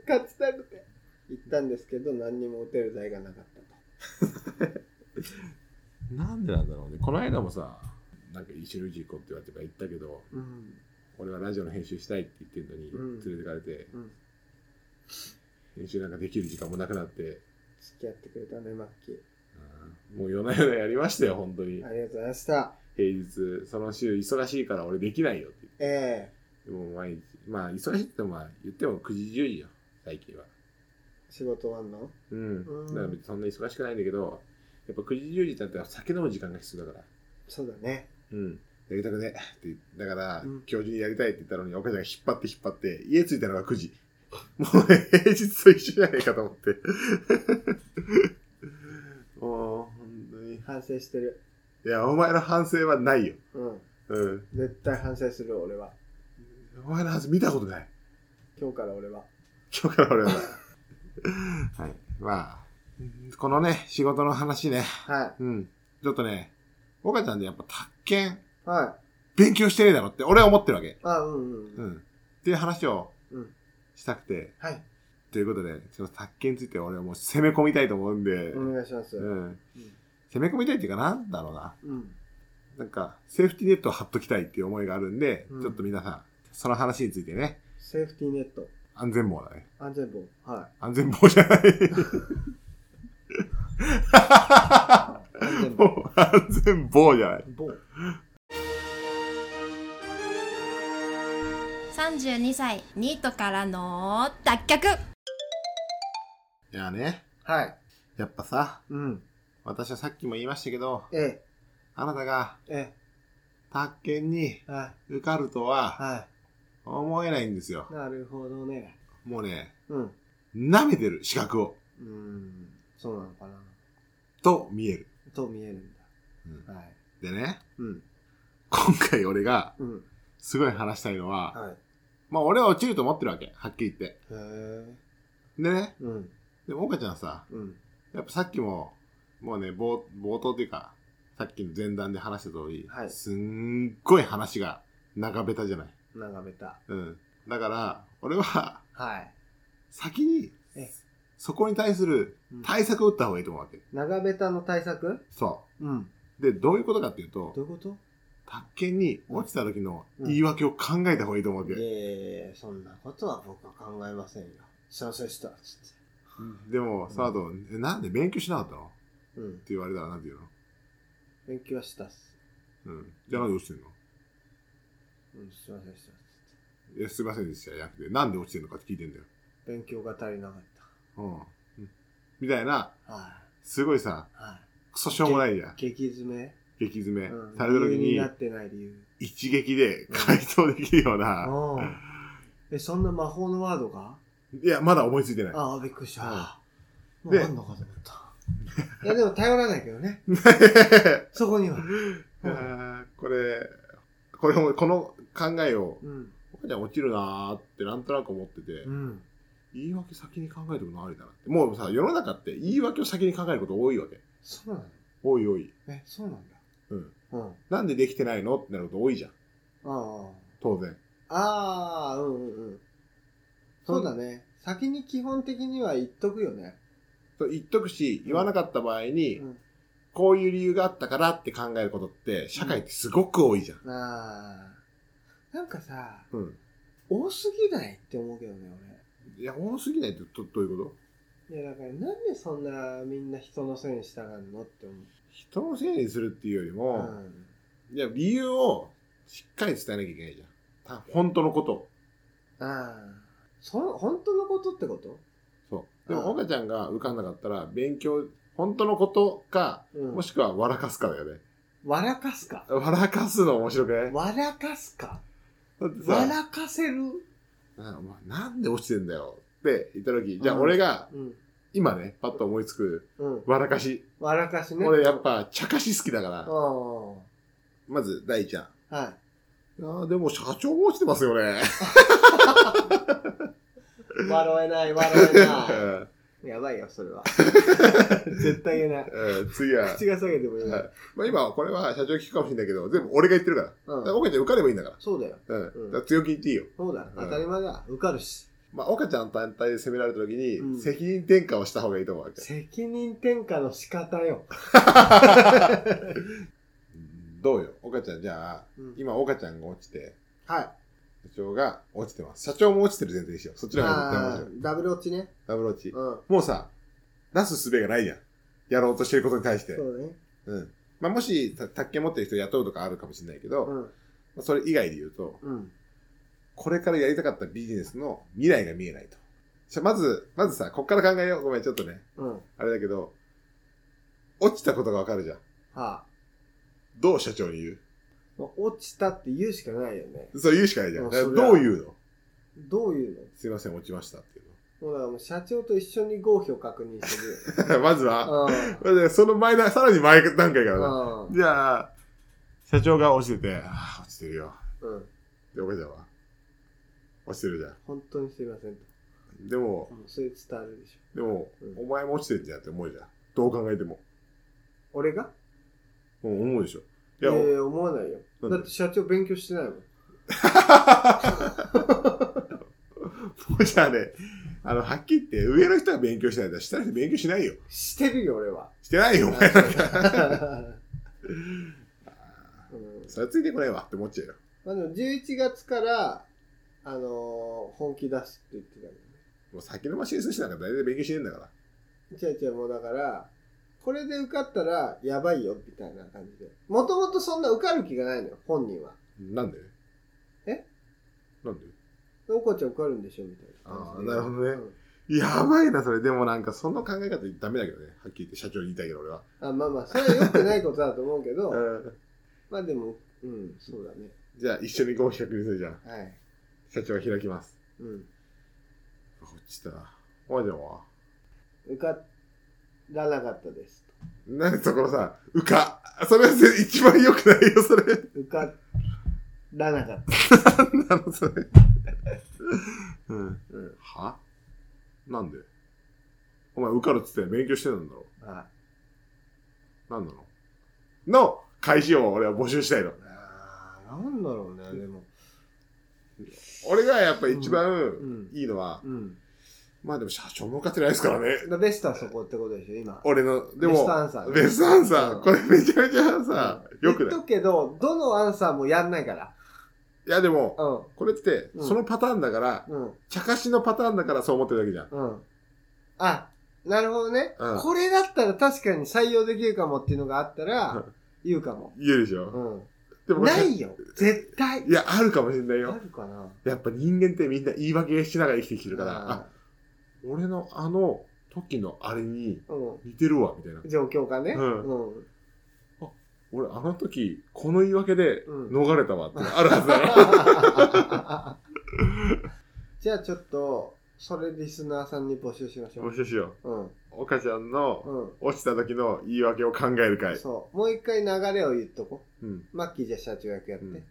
Speaker 2: 勝ちたくて。行ったんですけど、何にも打てる台がなかったと。
Speaker 1: なんでなんだろうね。この間もさ、なんか一緒にうち行こうって言われてから行ったけど、
Speaker 2: うん。
Speaker 1: 俺はラジオの編集したいって言ってんのに、
Speaker 2: うん
Speaker 1: 連れてかれて、
Speaker 2: うん。
Speaker 1: 編集なんかできる時間もなくなって、
Speaker 2: 付き合ってくれたね、マッキー。
Speaker 1: もう夜な夜なやりましたよ、本当に。
Speaker 2: ありがとうございました。
Speaker 1: 平日、その週忙しいから俺できないよって
Speaker 2: ええ
Speaker 1: 言って。でも毎日、まあ忙しいってまあ言っても9時10時よ、最近は。
Speaker 2: 仕事終わんの
Speaker 1: うん。
Speaker 2: うん
Speaker 1: だから別にそんな忙しくないんだけど、やっぱ9時10時だったら酒飲む時間が必要だから。
Speaker 2: そうだね。
Speaker 1: うん。やりたくねえって、だから、
Speaker 2: うん
Speaker 1: 今日中にやりたいって言ったのに、お母さんが引っ張って引っ張って、家着いたのが9時。 <laughs> もうね、平日と一緒じゃないかと思って。 <laughs> もう、本当に。
Speaker 2: 反省してる。
Speaker 1: いや、お前の反省はないよ。
Speaker 2: うん。
Speaker 1: うん。
Speaker 2: 絶対反省する、俺は。
Speaker 1: お前の反省見たことない。
Speaker 2: 今日から俺は。
Speaker 1: 今日から俺は。 <laughs> はい。まあ、このね、仕事の話ね。
Speaker 2: は
Speaker 1: うん。ちょっとね、岡ちゃんでやっぱ、宅建、
Speaker 2: い。はい。
Speaker 1: 勉強してねえだろって、俺は思ってるわけ。
Speaker 2: あ、うんうん。
Speaker 1: う
Speaker 2: う、
Speaker 1: んん。っていう話を
Speaker 2: うん
Speaker 1: したくて、
Speaker 2: はい。
Speaker 1: ということで、その宅建について俺はもう攻め込みたいと思うんで、
Speaker 2: お願いします。。
Speaker 1: うんん攻め込みたいっていうか、なんだろうな。
Speaker 2: うん。
Speaker 1: なんか、セーフティーネットを貼っときたいっていう思いがあるんで、
Speaker 2: うん
Speaker 1: ちょっと皆さん、その話についてね、
Speaker 2: セーフティーネット。
Speaker 1: 安全網だね。
Speaker 2: 安全棒。は
Speaker 1: 安全網じゃない。
Speaker 2: い。安全 <laughs> 棒。
Speaker 1: もう安全棒じゃない。
Speaker 2: 棒。
Speaker 3: 32歳ニートからの脱却
Speaker 1: いやね、
Speaker 2: はい。
Speaker 1: やっぱさ、
Speaker 2: うん。
Speaker 1: 私はさっきも言いましたけど、
Speaker 2: ええ。
Speaker 1: あなたが
Speaker 2: え
Speaker 1: 宅建に
Speaker 2: え。はい。
Speaker 1: 受かるとは
Speaker 2: は
Speaker 1: 思えないんですよ
Speaker 2: い。。なるほどね。
Speaker 1: もうね、
Speaker 2: うん。
Speaker 1: 舐めてる資格を、
Speaker 2: うん。そうなのかな。
Speaker 1: と見える。
Speaker 2: と見えるん
Speaker 1: うん
Speaker 2: だ。はい。
Speaker 1: でね、
Speaker 2: うん。
Speaker 1: 今回俺が
Speaker 2: うん。
Speaker 1: すごい話したいのは、
Speaker 2: はい。
Speaker 1: まあ俺は落ちると思ってるわけ、はっきり言って。
Speaker 2: へえ。
Speaker 1: でね、
Speaker 2: うん。
Speaker 1: でも岡ちゃんさ、
Speaker 2: うん。
Speaker 1: やっぱさっきも、もうね、冒冒頭っていうか、さっきの前段で話した通り、
Speaker 2: はい
Speaker 1: すんごい話が長べたじゃない。
Speaker 2: 眺めた。
Speaker 1: うん。だから、俺は
Speaker 2: はい。
Speaker 1: 先に
Speaker 2: え、
Speaker 1: そこに対する
Speaker 2: うん
Speaker 1: 対策を打った方がいいと思うわけ。
Speaker 2: 長べたの対策
Speaker 1: そ
Speaker 2: うん。
Speaker 1: う。で、どういうことかっていうと
Speaker 2: ど、ういうこと
Speaker 1: 宅建に落ちた時の言い訳を考えた方がいいと思うわけ。
Speaker 2: いやいやいやそんなことは僕は考えませんよ。賛成したっつっ
Speaker 1: でも、その後、えなんで勉強しなかったのって
Speaker 2: て。うん。
Speaker 1: 言われたらなんて言うの
Speaker 2: 勉強はしたっす。
Speaker 1: うん。じゃあなんで落ちてんの
Speaker 2: うん、すいませんでしたっつって。
Speaker 1: いや、すいませんでした。じゃなくて、なんで落ちてんのかって聞いてんだよ。
Speaker 2: 勉強が足りなかっ
Speaker 1: うん。うんみたいな、
Speaker 2: た。は
Speaker 1: すごいさ、
Speaker 2: い。は
Speaker 1: クソしょうもないじゃん
Speaker 2: い。。激詰め。
Speaker 1: 激詰め。
Speaker 2: うん。
Speaker 1: された時
Speaker 2: 理由
Speaker 1: に
Speaker 2: な、ってない理由。
Speaker 1: 一撃で回答できるよう
Speaker 2: あ
Speaker 1: な、
Speaker 2: あ。え、そんな魔法のワードが
Speaker 1: いや、まだ思いついてない。 <laughs>
Speaker 2: ああ、びっくりした。もう
Speaker 1: で
Speaker 2: あんのかと思った。いや、でも頼らないけどね。そこには。
Speaker 1: あーこれ、これも、この考えを、
Speaker 2: うん。
Speaker 1: 僕ちゃん落ちるなーってなんとなく思ってて
Speaker 2: う、ん。
Speaker 1: 言い訳先に考えてものありだなって。もうさ、世の中って言い訳を先に考えること多いわけ。
Speaker 2: そうなの
Speaker 1: 多い多い。
Speaker 2: え、そうなんだ。
Speaker 1: うん。
Speaker 2: うん。あ
Speaker 1: なんでできてないのってなること多いじゃん。
Speaker 2: あ。
Speaker 1: 当然。
Speaker 2: ああ、うんうんうん。そうだね。先に基本的には言っとくよね。
Speaker 1: そう言っとくし、言わなかった場合に、
Speaker 2: う
Speaker 1: こういう理由があったからって考えることって、社会ってすごく多いじゃん。
Speaker 2: ん。ああ。なんかさ、
Speaker 1: うん。
Speaker 2: 多すぎないって思うけどね、
Speaker 1: いや、多すぎないってどどういうこと
Speaker 2: 俺。いや、だからなんでそんなみんな人のせいに従うのって思う。
Speaker 1: 人のせいにするっていうより
Speaker 2: う
Speaker 1: も、
Speaker 2: ん。
Speaker 1: いや、理由をしっかり伝えなきゃいけないじゃん。た本当のこと。
Speaker 2: ああ。その、本当のことってこと
Speaker 1: そう。でも、
Speaker 2: あ
Speaker 1: 岡ちゃんが受かんなかったら、勉強、本当のことか、
Speaker 2: うん。
Speaker 1: もしくは笑かすかだよね。
Speaker 2: 笑かすか
Speaker 1: 笑かすの面白くない
Speaker 2: 笑かすか
Speaker 1: だってさ
Speaker 2: 笑かせる
Speaker 1: なお前なんで落ちてんだよっって言った時、じゃあ
Speaker 2: うん
Speaker 1: 俺が、
Speaker 2: うん。
Speaker 1: 今ね、パッと思いつく、
Speaker 2: うん。
Speaker 1: わらかし。
Speaker 2: わらかしね。
Speaker 1: 俺やっぱ、茶化し好きだか
Speaker 2: う
Speaker 1: ら
Speaker 2: ん。。は
Speaker 1: まず、大ちゃん。
Speaker 2: い。あ
Speaker 1: ああ、でも社長も落ちてますよね。
Speaker 2: 笑えない、笑え
Speaker 1: う
Speaker 2: なんい。やばいよ、それは。絶対言えない。
Speaker 1: <laughs> うん次は、
Speaker 2: 口が下げてもいい。
Speaker 1: はいまあ今はこれは社長聞くかもしれないけど、全部俺が言ってるから。
Speaker 2: う
Speaker 1: だから
Speaker 2: ん。
Speaker 1: 岡ちゃん受かればいいんだから。
Speaker 2: そうだよ。
Speaker 1: うん。
Speaker 2: うん
Speaker 1: だから強気に言っていいよ。
Speaker 2: そうだ。当たり前だ。受かるし。
Speaker 1: まあ岡ちゃん単体で攻められた時に、
Speaker 2: うん
Speaker 1: 責任転嫁をした方がいいと思うわけ。
Speaker 2: 責任転嫁の仕方よ。
Speaker 1: どうよ。岡ちゃんじゃあ、
Speaker 2: うん
Speaker 1: 今岡ちゃんが落ちて、
Speaker 2: はい。
Speaker 1: 社長が落ちてます。社長も落ちてる前提にしよう。そっちの方が絶対面
Speaker 2: あ
Speaker 1: 白い。
Speaker 2: ーダブル落ちね。
Speaker 1: ダブル落ち。
Speaker 2: うん。
Speaker 1: もうさ、なすすべがないじゃん。やろうとしてることに対して。
Speaker 2: そうね。
Speaker 1: うん。まあもし、た宅建持ってる人雇うとかあるかもしれないけど、
Speaker 2: う
Speaker 1: ま
Speaker 2: ん。
Speaker 1: あそれ以外で言うと、
Speaker 2: うん。
Speaker 1: これからやりたかったビジネスの未来が見えないと。じゃあまず、まずさ、こっから考えよう。ごめん、ちょっとね。
Speaker 2: うん。は
Speaker 1: あれだけど、落ちたことがわかるじゃん。
Speaker 2: あ。
Speaker 1: どう社長に言
Speaker 2: まあ落ちたって言うしかないよね。
Speaker 1: うそう言うしかないじゃん。
Speaker 2: あ
Speaker 1: だから
Speaker 2: そりゃ
Speaker 1: どう言うの
Speaker 2: どういう
Speaker 1: すいません、落ちましたっていう
Speaker 2: のもうだからもう社長と一緒に合否を確認する
Speaker 1: <laughs>
Speaker 2: よ。
Speaker 1: の。まずは、
Speaker 2: う
Speaker 1: まずはその前だ、さらに前段階からな。
Speaker 2: ん。うん。
Speaker 1: じゃあ、社長が落ちてて、あー落ちてるよ。
Speaker 2: うん。
Speaker 1: で、岡ちゃんは落ちてるじゃ
Speaker 2: 本当にすいませんと。
Speaker 1: ん。でも、
Speaker 2: うんそれ伝わるでしょ。
Speaker 1: でも、
Speaker 2: うん
Speaker 1: お前も落ちてるじゃんって思うじゃん。どう考えても。
Speaker 2: 俺が
Speaker 1: うん、思うでしょ。
Speaker 2: い
Speaker 1: い
Speaker 2: や
Speaker 1: や、
Speaker 2: いや、思わないよ。
Speaker 1: なんで
Speaker 2: だって社長勉強してないもん。
Speaker 1: もうじゃあね、あの、はっきり言って、上の人が勉強しないと、下の人勉強しないよ。
Speaker 2: してるよ、俺
Speaker 1: <laughs>
Speaker 2: は。
Speaker 1: してないよ、お前。
Speaker 2: うん
Speaker 1: それついてこないわって思っちゃうよ。
Speaker 2: まあでも11月から、あのー本気出すって言ってたけどね。
Speaker 1: もう先のマシン寿司なんか大体勉強しねえんだから。
Speaker 2: 違う違う、もうだから、これで受かったらやばいよ、みたいな感じで。もともとそんな受かる気がないのよ、本人は。
Speaker 1: なんで
Speaker 2: え
Speaker 1: なんで
Speaker 2: おこちゃん受かるんでしょ、みたいな感じで。
Speaker 1: あーなるほどね
Speaker 2: うん
Speaker 1: やばいな、それ。でもなんか、その考え方ダメだけどね。はっきり言って社長に言いたいけど、俺は。
Speaker 2: あまあまあ、それは良くないことだと思うけど、
Speaker 1: うん。
Speaker 2: <laughs> まあでも、うん、そうだね。
Speaker 1: じゃあ、一緒に合否確認するじゃん。
Speaker 2: はい。
Speaker 1: 社長が開きます。
Speaker 2: うん。
Speaker 1: こっちだ。お前でも、
Speaker 2: 受からなかったです。
Speaker 1: なんでそこのさ、うか。それは一番良くないよ、それ。
Speaker 2: 受からなかった。
Speaker 1: なの、それ。うん。
Speaker 2: うん。
Speaker 1: はなんでお前受かるっつって勉強してたんだろ
Speaker 2: あ
Speaker 1: なんなのの返しを俺は募集したいの。
Speaker 2: あー、なんだろうね、でも。
Speaker 1: 俺がやっぱ一
Speaker 2: う
Speaker 1: 番
Speaker 2: ん。
Speaker 1: いいのは、
Speaker 2: うん。
Speaker 1: まあでも社長も受かってないですからね。
Speaker 2: ベストはそこってことでしょ、今。
Speaker 1: 俺の、で
Speaker 2: ベスト
Speaker 1: も、
Speaker 2: アンサーね。
Speaker 1: ベストアンサ
Speaker 2: う
Speaker 1: ー。
Speaker 2: ん
Speaker 1: これめちゃめちゃさ、よくない
Speaker 2: 言。っとくけど、どのアンサーもやんないから。
Speaker 1: いやでも、
Speaker 2: うん。
Speaker 1: これって、
Speaker 2: うん
Speaker 1: そのパターンだから、
Speaker 2: うん。
Speaker 1: 茶化しのパターンだからそう思ってるだけじゃん。
Speaker 2: うん。あ、なるほどね。
Speaker 1: うん
Speaker 2: これだったら確かに採用できるかもっていうのがあった
Speaker 1: う
Speaker 2: ら
Speaker 1: ん、
Speaker 2: 言うかも。
Speaker 1: 言うでし
Speaker 2: う
Speaker 1: ょ。
Speaker 2: ん。
Speaker 1: でもこれ
Speaker 2: ないよ。絶対。
Speaker 1: いや、あるかもしれない
Speaker 2: あ
Speaker 1: よ。
Speaker 2: るかな。
Speaker 1: やっぱ人間ってみんな言い訳しながら生きてきてるから、あ、俺のあの時のあれに
Speaker 2: うん。
Speaker 1: 似てるわ、みたいな
Speaker 2: うん。。状況がね。
Speaker 1: うん
Speaker 2: うん。
Speaker 1: 俺あの時、この言い訳で
Speaker 2: うん
Speaker 1: 逃れたわってあるはずだろ。
Speaker 2: <laughs> じゃあちょっと、それリスナーさんに募集しましょ
Speaker 1: 面
Speaker 2: う。
Speaker 1: 白いしよ
Speaker 2: うん。
Speaker 1: う。岡ちゃんの
Speaker 2: うん。
Speaker 1: 落ちた時の言い訳を考える会。
Speaker 2: そう。もう一回流れを言っとこ
Speaker 1: うん。
Speaker 2: う。マッキーじゃあ社長役やって。
Speaker 1: うん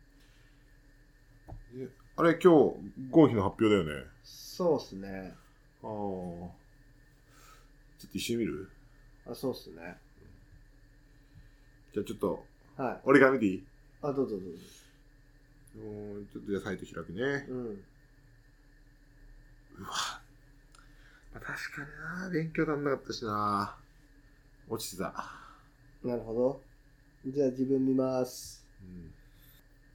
Speaker 1: あれ、今日、合否の発表だよね。
Speaker 2: そうっすね。
Speaker 1: ああ。ちょっと一緒に見る
Speaker 2: あ、そうっすね。
Speaker 1: じゃあちょっと、
Speaker 2: はい。
Speaker 1: 俺が見ていい
Speaker 2: あ、どうぞどうぞ。
Speaker 1: うーん、ちょっとじゃあサイト開くね。
Speaker 2: うん。
Speaker 1: まあ確かにな、勉強足んなかったしな。落ちてた。
Speaker 2: なるほど。じゃあ自分見ます。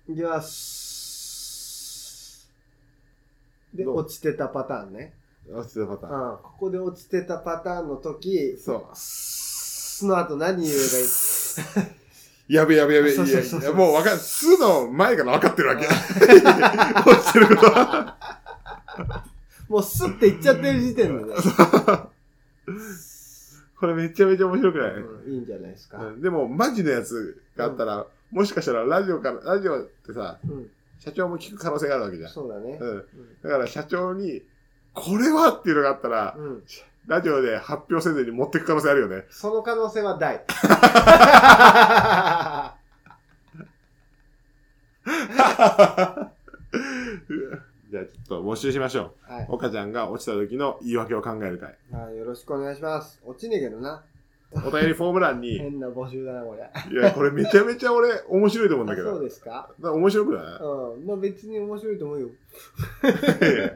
Speaker 1: うん。
Speaker 2: いきます。で、
Speaker 1: どう
Speaker 2: 落ちてたパターンね。
Speaker 1: 落ちてたパタ
Speaker 2: う
Speaker 1: ー
Speaker 2: ん。
Speaker 1: ン。
Speaker 2: ここで落ちてたパターンの時、
Speaker 1: そう。
Speaker 2: その後何言えばい
Speaker 1: <laughs>
Speaker 2: い
Speaker 1: やべやべやべ。い
Speaker 2: そうそうそう
Speaker 1: やいやもうわかる。すの前から分かってるわけ。落ちてることは。
Speaker 2: もうスッていっちゃってる時点でね。
Speaker 1: <laughs> これめちゃめちゃ面白くない、
Speaker 2: うんいいんじゃないですか。う
Speaker 1: うんでも、マジのやつがあったら、もしかしたらラジオから、ラジオってさ、
Speaker 2: ん。
Speaker 1: 社長も聞く可能性があるわけじゃん。
Speaker 2: そうだね。
Speaker 1: うん。
Speaker 2: うん
Speaker 1: だから社長に、これはっていうのがあったら、
Speaker 2: うん。
Speaker 1: ラジオで発表せずに持っていく可能性あるよね。
Speaker 2: その可能性
Speaker 1: <laughs>
Speaker 2: は大。
Speaker 1: <laughs> じゃあちょっと募集しましょ。。
Speaker 2: はいう
Speaker 1: 岡ちゃんが落ちた時の言い訳を考える会。
Speaker 2: まあ、よろしくお願いします。落ちねえけどな。
Speaker 1: お便りフォーム欄に、い
Speaker 2: 変な募集だな、これ。
Speaker 1: や、これめちゃめちゃ俺面白いと思うんだ
Speaker 2: あ
Speaker 1: け
Speaker 2: そう
Speaker 1: ど。
Speaker 2: ですか
Speaker 1: だ面白くない
Speaker 2: うん。まあ別に面白いと思うよ。
Speaker 1: いやいや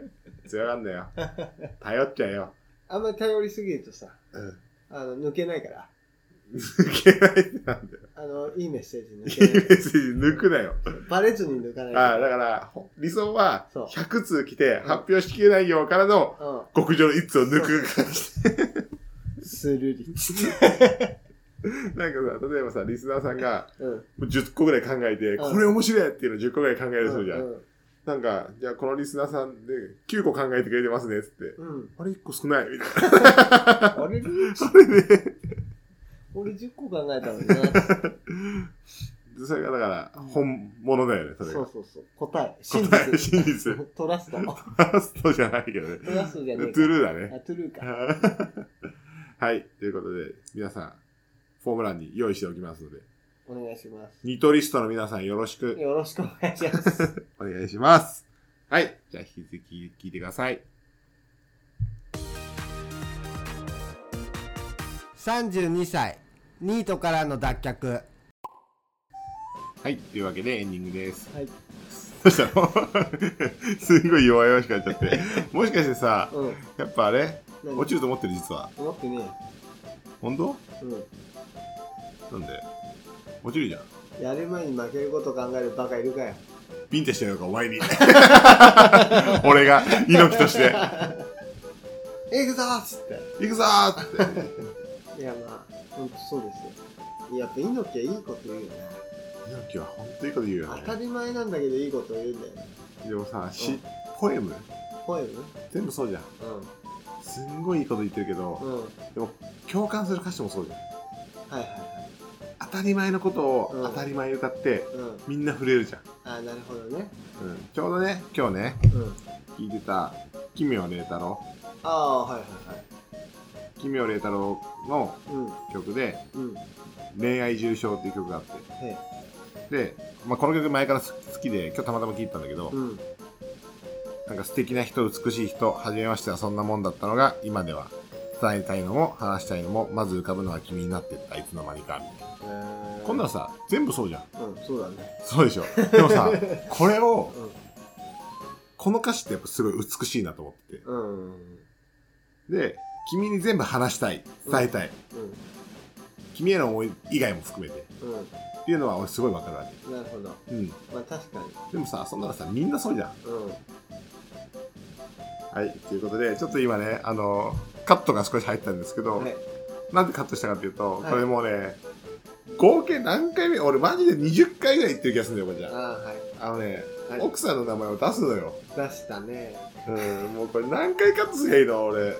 Speaker 1: 強がんなよ。頼っちゃえよ。
Speaker 2: あんまり頼りすぎるとさ、
Speaker 1: うん
Speaker 2: あの、抜けないから。
Speaker 1: 抜けないってなんだよ。
Speaker 2: あの、いいメッセージ
Speaker 1: い
Speaker 2: 抜
Speaker 1: いメ
Speaker 2: けない。
Speaker 1: ッセージ抜くなよ。
Speaker 2: バレずに抜かない
Speaker 1: ああ、だ
Speaker 2: か
Speaker 1: から、ほ理想は、
Speaker 2: そう
Speaker 1: 100通来て発表しきれないよからの、
Speaker 2: ら。う
Speaker 1: 極上の1通を抜く感じ。
Speaker 2: ん。スルリ。
Speaker 1: なんかさ、例えばさ、リスナーさんが
Speaker 2: うん。
Speaker 1: もう10個ぐらい考えて、
Speaker 2: うん
Speaker 1: これ面白いっていうのを10個ぐらい考えるとするじゃ。
Speaker 2: うん
Speaker 1: なんか、じゃあこのリスナーさんで9個考えてくれてますね、つって。
Speaker 2: ん。
Speaker 1: <laughs>
Speaker 2: うん。
Speaker 1: あれ1個少ないみたいな。
Speaker 2: あれ
Speaker 1: それで、
Speaker 2: 俺10個考えたのにな。
Speaker 1: それがだから、本物だよね、それ
Speaker 2: そ
Speaker 1: が
Speaker 2: う。そうそう。答え。真
Speaker 1: 答え、
Speaker 2: 実。
Speaker 1: <laughs> 真実。フ
Speaker 2: トラ
Speaker 1: <laughs>
Speaker 2: スト。ト
Speaker 1: ァーストじゃないけどね。
Speaker 2: ラストじゃ
Speaker 1: ト
Speaker 2: ねえ
Speaker 1: ゥ
Speaker 2: か。
Speaker 1: ルーだね。
Speaker 2: あ、トゥルーか。
Speaker 1: はい。ということで、皆さん、フォーム欄に用意しておきますので、
Speaker 2: お願いします。
Speaker 1: ニトリストの皆さんよろしく
Speaker 2: よろしくお願いします。
Speaker 1: お願いします。はい。じゃあ、引き続き聞いてください。
Speaker 2: 32歳、ニートからの脱却。
Speaker 1: はい。というわけで、エンディングです。
Speaker 2: はい。
Speaker 1: どうしたの <laughs> すごい弱々しくなっちゃって。もしかしてさ、
Speaker 2: うん。
Speaker 1: やっぱあれ
Speaker 2: 何
Speaker 1: 落ちると思ってる、実は。
Speaker 2: 思ってね
Speaker 1: 本当
Speaker 2: えよ。
Speaker 1: なんで落ちるじゃん。
Speaker 2: うん。やる前に負けること考えるバカいるかよ。
Speaker 1: ビンタしてやろうか、お前に。 <laughs> 俺が、猪木として。
Speaker 2: <laughs> 行くぞーっつっ
Speaker 1: 行くぞーって。
Speaker 2: て。いやまあ、ほんとそうですよ。やっぱ猪木はいいこと言うよね。
Speaker 1: 猪木は本当いいこと言うよ
Speaker 2: 当
Speaker 1: ね。
Speaker 2: たり前なんだけどいいこと言うんだよね。
Speaker 1: でもさ、し、ポエム
Speaker 2: ポエム
Speaker 1: 全部そうじゃん。
Speaker 2: う
Speaker 1: すんごいいいこと言ってるけど、
Speaker 2: ん。うん。はい
Speaker 1: でも、共感する歌詞もそうじゃん。
Speaker 2: はいはい。
Speaker 1: 当たり前のことを
Speaker 2: うん
Speaker 1: 当たり前に歌って、
Speaker 2: うん。
Speaker 1: みんな震えるじゃん。
Speaker 2: あ、なるほどね。
Speaker 1: うん。ちょうどね、今日ね、
Speaker 2: うん。
Speaker 1: 聞いてた、奇妙麗太郎、
Speaker 2: ああ、はいはいはい。
Speaker 1: 奇妙麗太郎の
Speaker 2: う
Speaker 1: 曲で、
Speaker 2: ん。うん。
Speaker 1: 恋愛重症っていう曲があっ
Speaker 2: はい。
Speaker 1: て、で、まあ、この曲前から好好きで、今日たまたま聴いたんだけど、
Speaker 2: うん。
Speaker 1: なんか素敵な人、美しい人、初めましてはそんなもんだったのが、今では。伝えたいのも、話したいのも、まず浮かぶのは君になってった、いつの間にか、みたいな。
Speaker 2: えー
Speaker 1: こんなのさ、全部そうじゃん。
Speaker 2: うん、そうだ <laughs> ね。
Speaker 1: そうでしょ。でも
Speaker 2: <laughs>
Speaker 1: さ、これを、
Speaker 2: う
Speaker 1: この歌詞ってやっぱすごい美しいなと思ってて。
Speaker 2: ん。うん。
Speaker 1: で、君に全部話したい、伝えたい。
Speaker 2: うん。
Speaker 1: 君への思い以外も含めて。っていうのは俺すごいわかるわ
Speaker 2: うん。なるほど。
Speaker 1: け。うん。
Speaker 2: まあ確かに。
Speaker 1: でもさ、そんなのさ、みんなそうじゃん。
Speaker 2: うん。
Speaker 1: はい。ということで、ちょっと今ね、あの、カットが少し入ったんですけど、
Speaker 2: はい。
Speaker 1: なんでカットしたかっていうと、
Speaker 2: はい
Speaker 1: これもうね、合計何回目俺マジで20回ぐらい言ってる気がするんだよ、これじ
Speaker 2: あ
Speaker 1: ゃ
Speaker 2: あ、はい。
Speaker 1: あ。あのね、
Speaker 2: はい、
Speaker 1: 奥さんの名前を出すのよ。
Speaker 2: 出したね。
Speaker 1: うん、もうこれ何回カットすりゃいいの俺。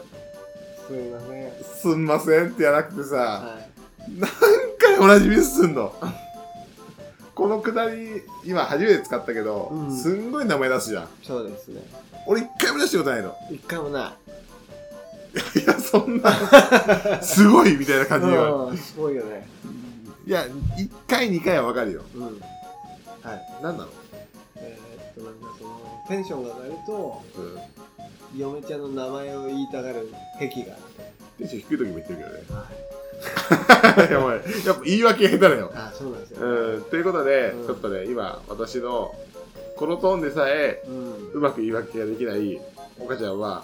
Speaker 2: すいません。
Speaker 1: すんませんってやなくてさ、
Speaker 2: はい。
Speaker 1: 何回同じミスすんのこのくだり、今初めて使ったけど、
Speaker 2: うん
Speaker 1: すんごい名前出すじゃん。
Speaker 2: そうですね。
Speaker 1: 俺一回も出したことないの。
Speaker 2: 一回もない
Speaker 1: や、そ
Speaker 2: <laughs>
Speaker 1: んな、すごいみたいな感じ
Speaker 2: い。
Speaker 1: よ。
Speaker 2: うん、すごいよね。
Speaker 1: いや、一回、二回はわかるよ。
Speaker 2: うん。はい。
Speaker 1: 何なの
Speaker 2: えー、っと、なんかその、テンションが上がると、
Speaker 1: うん。
Speaker 2: 嫁ちゃんの名前を言いたがる癖がある。
Speaker 1: テンション低い時も言ってる
Speaker 2: はい。
Speaker 1: けどね。や <laughs> ばい。やっぱ言い訳下手だよ。
Speaker 2: ああ、そうなんですよ。
Speaker 1: うん。ということで、
Speaker 2: うん
Speaker 1: ちょっとね、今、私の、このトーンでさえ、
Speaker 2: うん。う。
Speaker 1: うんまく言い訳ができない、岡ちゃんは、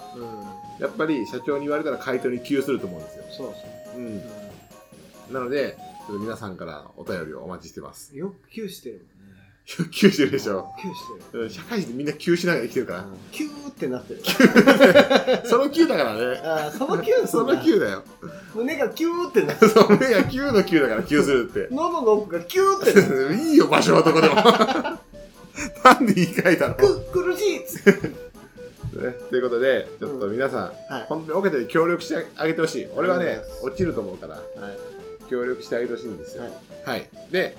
Speaker 1: やっぱり社長に言われたら回答に急すると思うんですよ。
Speaker 2: そうそう。
Speaker 1: うん。
Speaker 2: う
Speaker 1: なので、ちょっと皆さんからお便りをお待ちしてます。 <laughs>
Speaker 2: ん、よく窮してるもんね。
Speaker 1: 急してるでしょ。
Speaker 2: 窮して
Speaker 1: う
Speaker 2: る。
Speaker 1: ん社会人ってみんな急しながら生きてるか
Speaker 2: キューってなってる。
Speaker 1: ら。その急だからね。
Speaker 2: ああ、そのキュー
Speaker 1: <laughs> その
Speaker 2: ー。
Speaker 1: 急だよ。
Speaker 2: 胸がキューってなってる。
Speaker 1: そう、目が急の急だから急するって。
Speaker 2: 喉の奥がキューってなってる。
Speaker 1: いいよ、場所はどこでも。 <laughs> なんで言い換えたの、ね、
Speaker 2: く、苦しいっつって。
Speaker 1: ということで、ちょっと皆さん、
Speaker 2: はい。
Speaker 1: 本当にオケで協力してあげてほしい。俺はね、落ちると思うから、
Speaker 2: はい。
Speaker 1: 協力してあげてほしいんですよ。はい。で、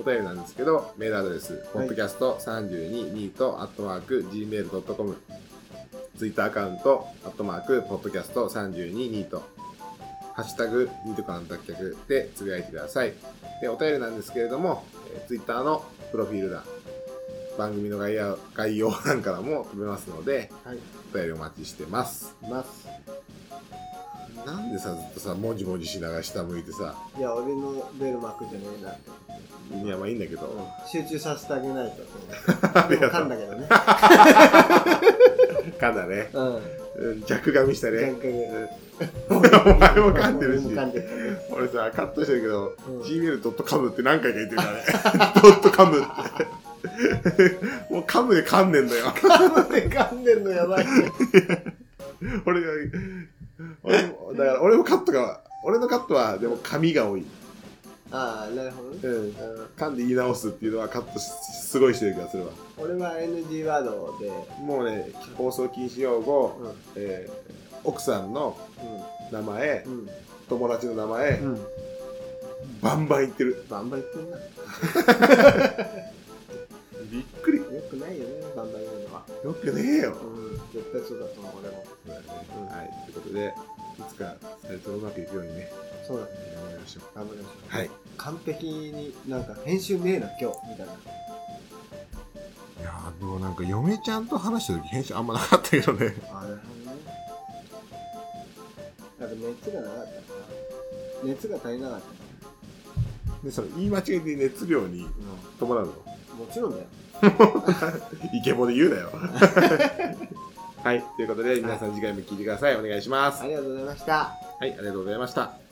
Speaker 1: お便りなんですけど、メールアドレス、
Speaker 2: はい
Speaker 1: podcast322 と、アットマーク、gmail.com。ツイッターアカウント、アットマーク、ポッドキャスト32ニート、ハッシュタグ、ニートからの脱却でつぶやいてください。で、お便りなんですけれども、えーツイッターのプロフィール欄、番組の概要概要欄からも飛べますので、
Speaker 2: はい
Speaker 1: お便りお待ちしてます。
Speaker 2: います
Speaker 1: なんでさ、ずっとさ、もじもじしながら下向いてさ、
Speaker 2: いや俺のベル巻くじゃねえな、
Speaker 1: いや、まあいいんだけど、
Speaker 2: 集中させてあげないと
Speaker 1: あり
Speaker 2: でも
Speaker 1: が
Speaker 2: 噛
Speaker 1: と
Speaker 2: ん
Speaker 1: う。
Speaker 2: だけどね
Speaker 1: かんだね。
Speaker 2: うん
Speaker 1: うん弱噛みしたね。
Speaker 2: 前回ぐらい
Speaker 1: お前も噛んでるし
Speaker 2: 俺。も噛んで <laughs> たね
Speaker 1: 俺さ、カットしてるけど、
Speaker 2: うん
Speaker 1: gmail ドットカムって何回か言ってるからね。 <laughs> ドットカムって。も <laughs> うカムで噛んでんだよ。 <laughs>
Speaker 2: 噛んでんのやばい
Speaker 1: 俺が、俺も、だから俺もカットが、俺のカットはでも髪が多い。
Speaker 2: ああなるほどね
Speaker 1: うん。噛んで言い直すっていうのはカットしすごいしてる気がするわ。
Speaker 2: 俺は NG ワードで
Speaker 1: もうね、放送禁止用語、
Speaker 2: うん
Speaker 1: えー奥さんの名前、
Speaker 2: うん
Speaker 1: 友達の名前、
Speaker 2: うんうん
Speaker 1: バンバン言ってる。
Speaker 2: バンバン言ってんなよ
Speaker 1: びっくり。
Speaker 2: くないよねバンバン言うのは
Speaker 1: よくねえよ。
Speaker 2: うん絶対そうだと思う俺も
Speaker 1: そうだねはい、ということで、いつか2人ともうまくいくようにね、
Speaker 2: そうだね
Speaker 1: 頑張りましょう。
Speaker 2: 頑張りましょう
Speaker 1: はい。
Speaker 2: 完璧になんか編集ねえな今日みたいない
Speaker 1: やでもなんか、嫁ちゃんと話した時、編集あんまなかったけどね。
Speaker 2: あなるほどねなんか熱がなかったかな熱が足りなかったか
Speaker 1: <laughs> で、その言い間違えて熱量に伴 <laughs> うの。
Speaker 2: なもちろんだよ
Speaker 1: イケボで言うな <laughs> よ。はい、ということで、皆さん次回も聞いてください。お願いします。
Speaker 2: ありがとうございました
Speaker 1: はい、ありがとうございました。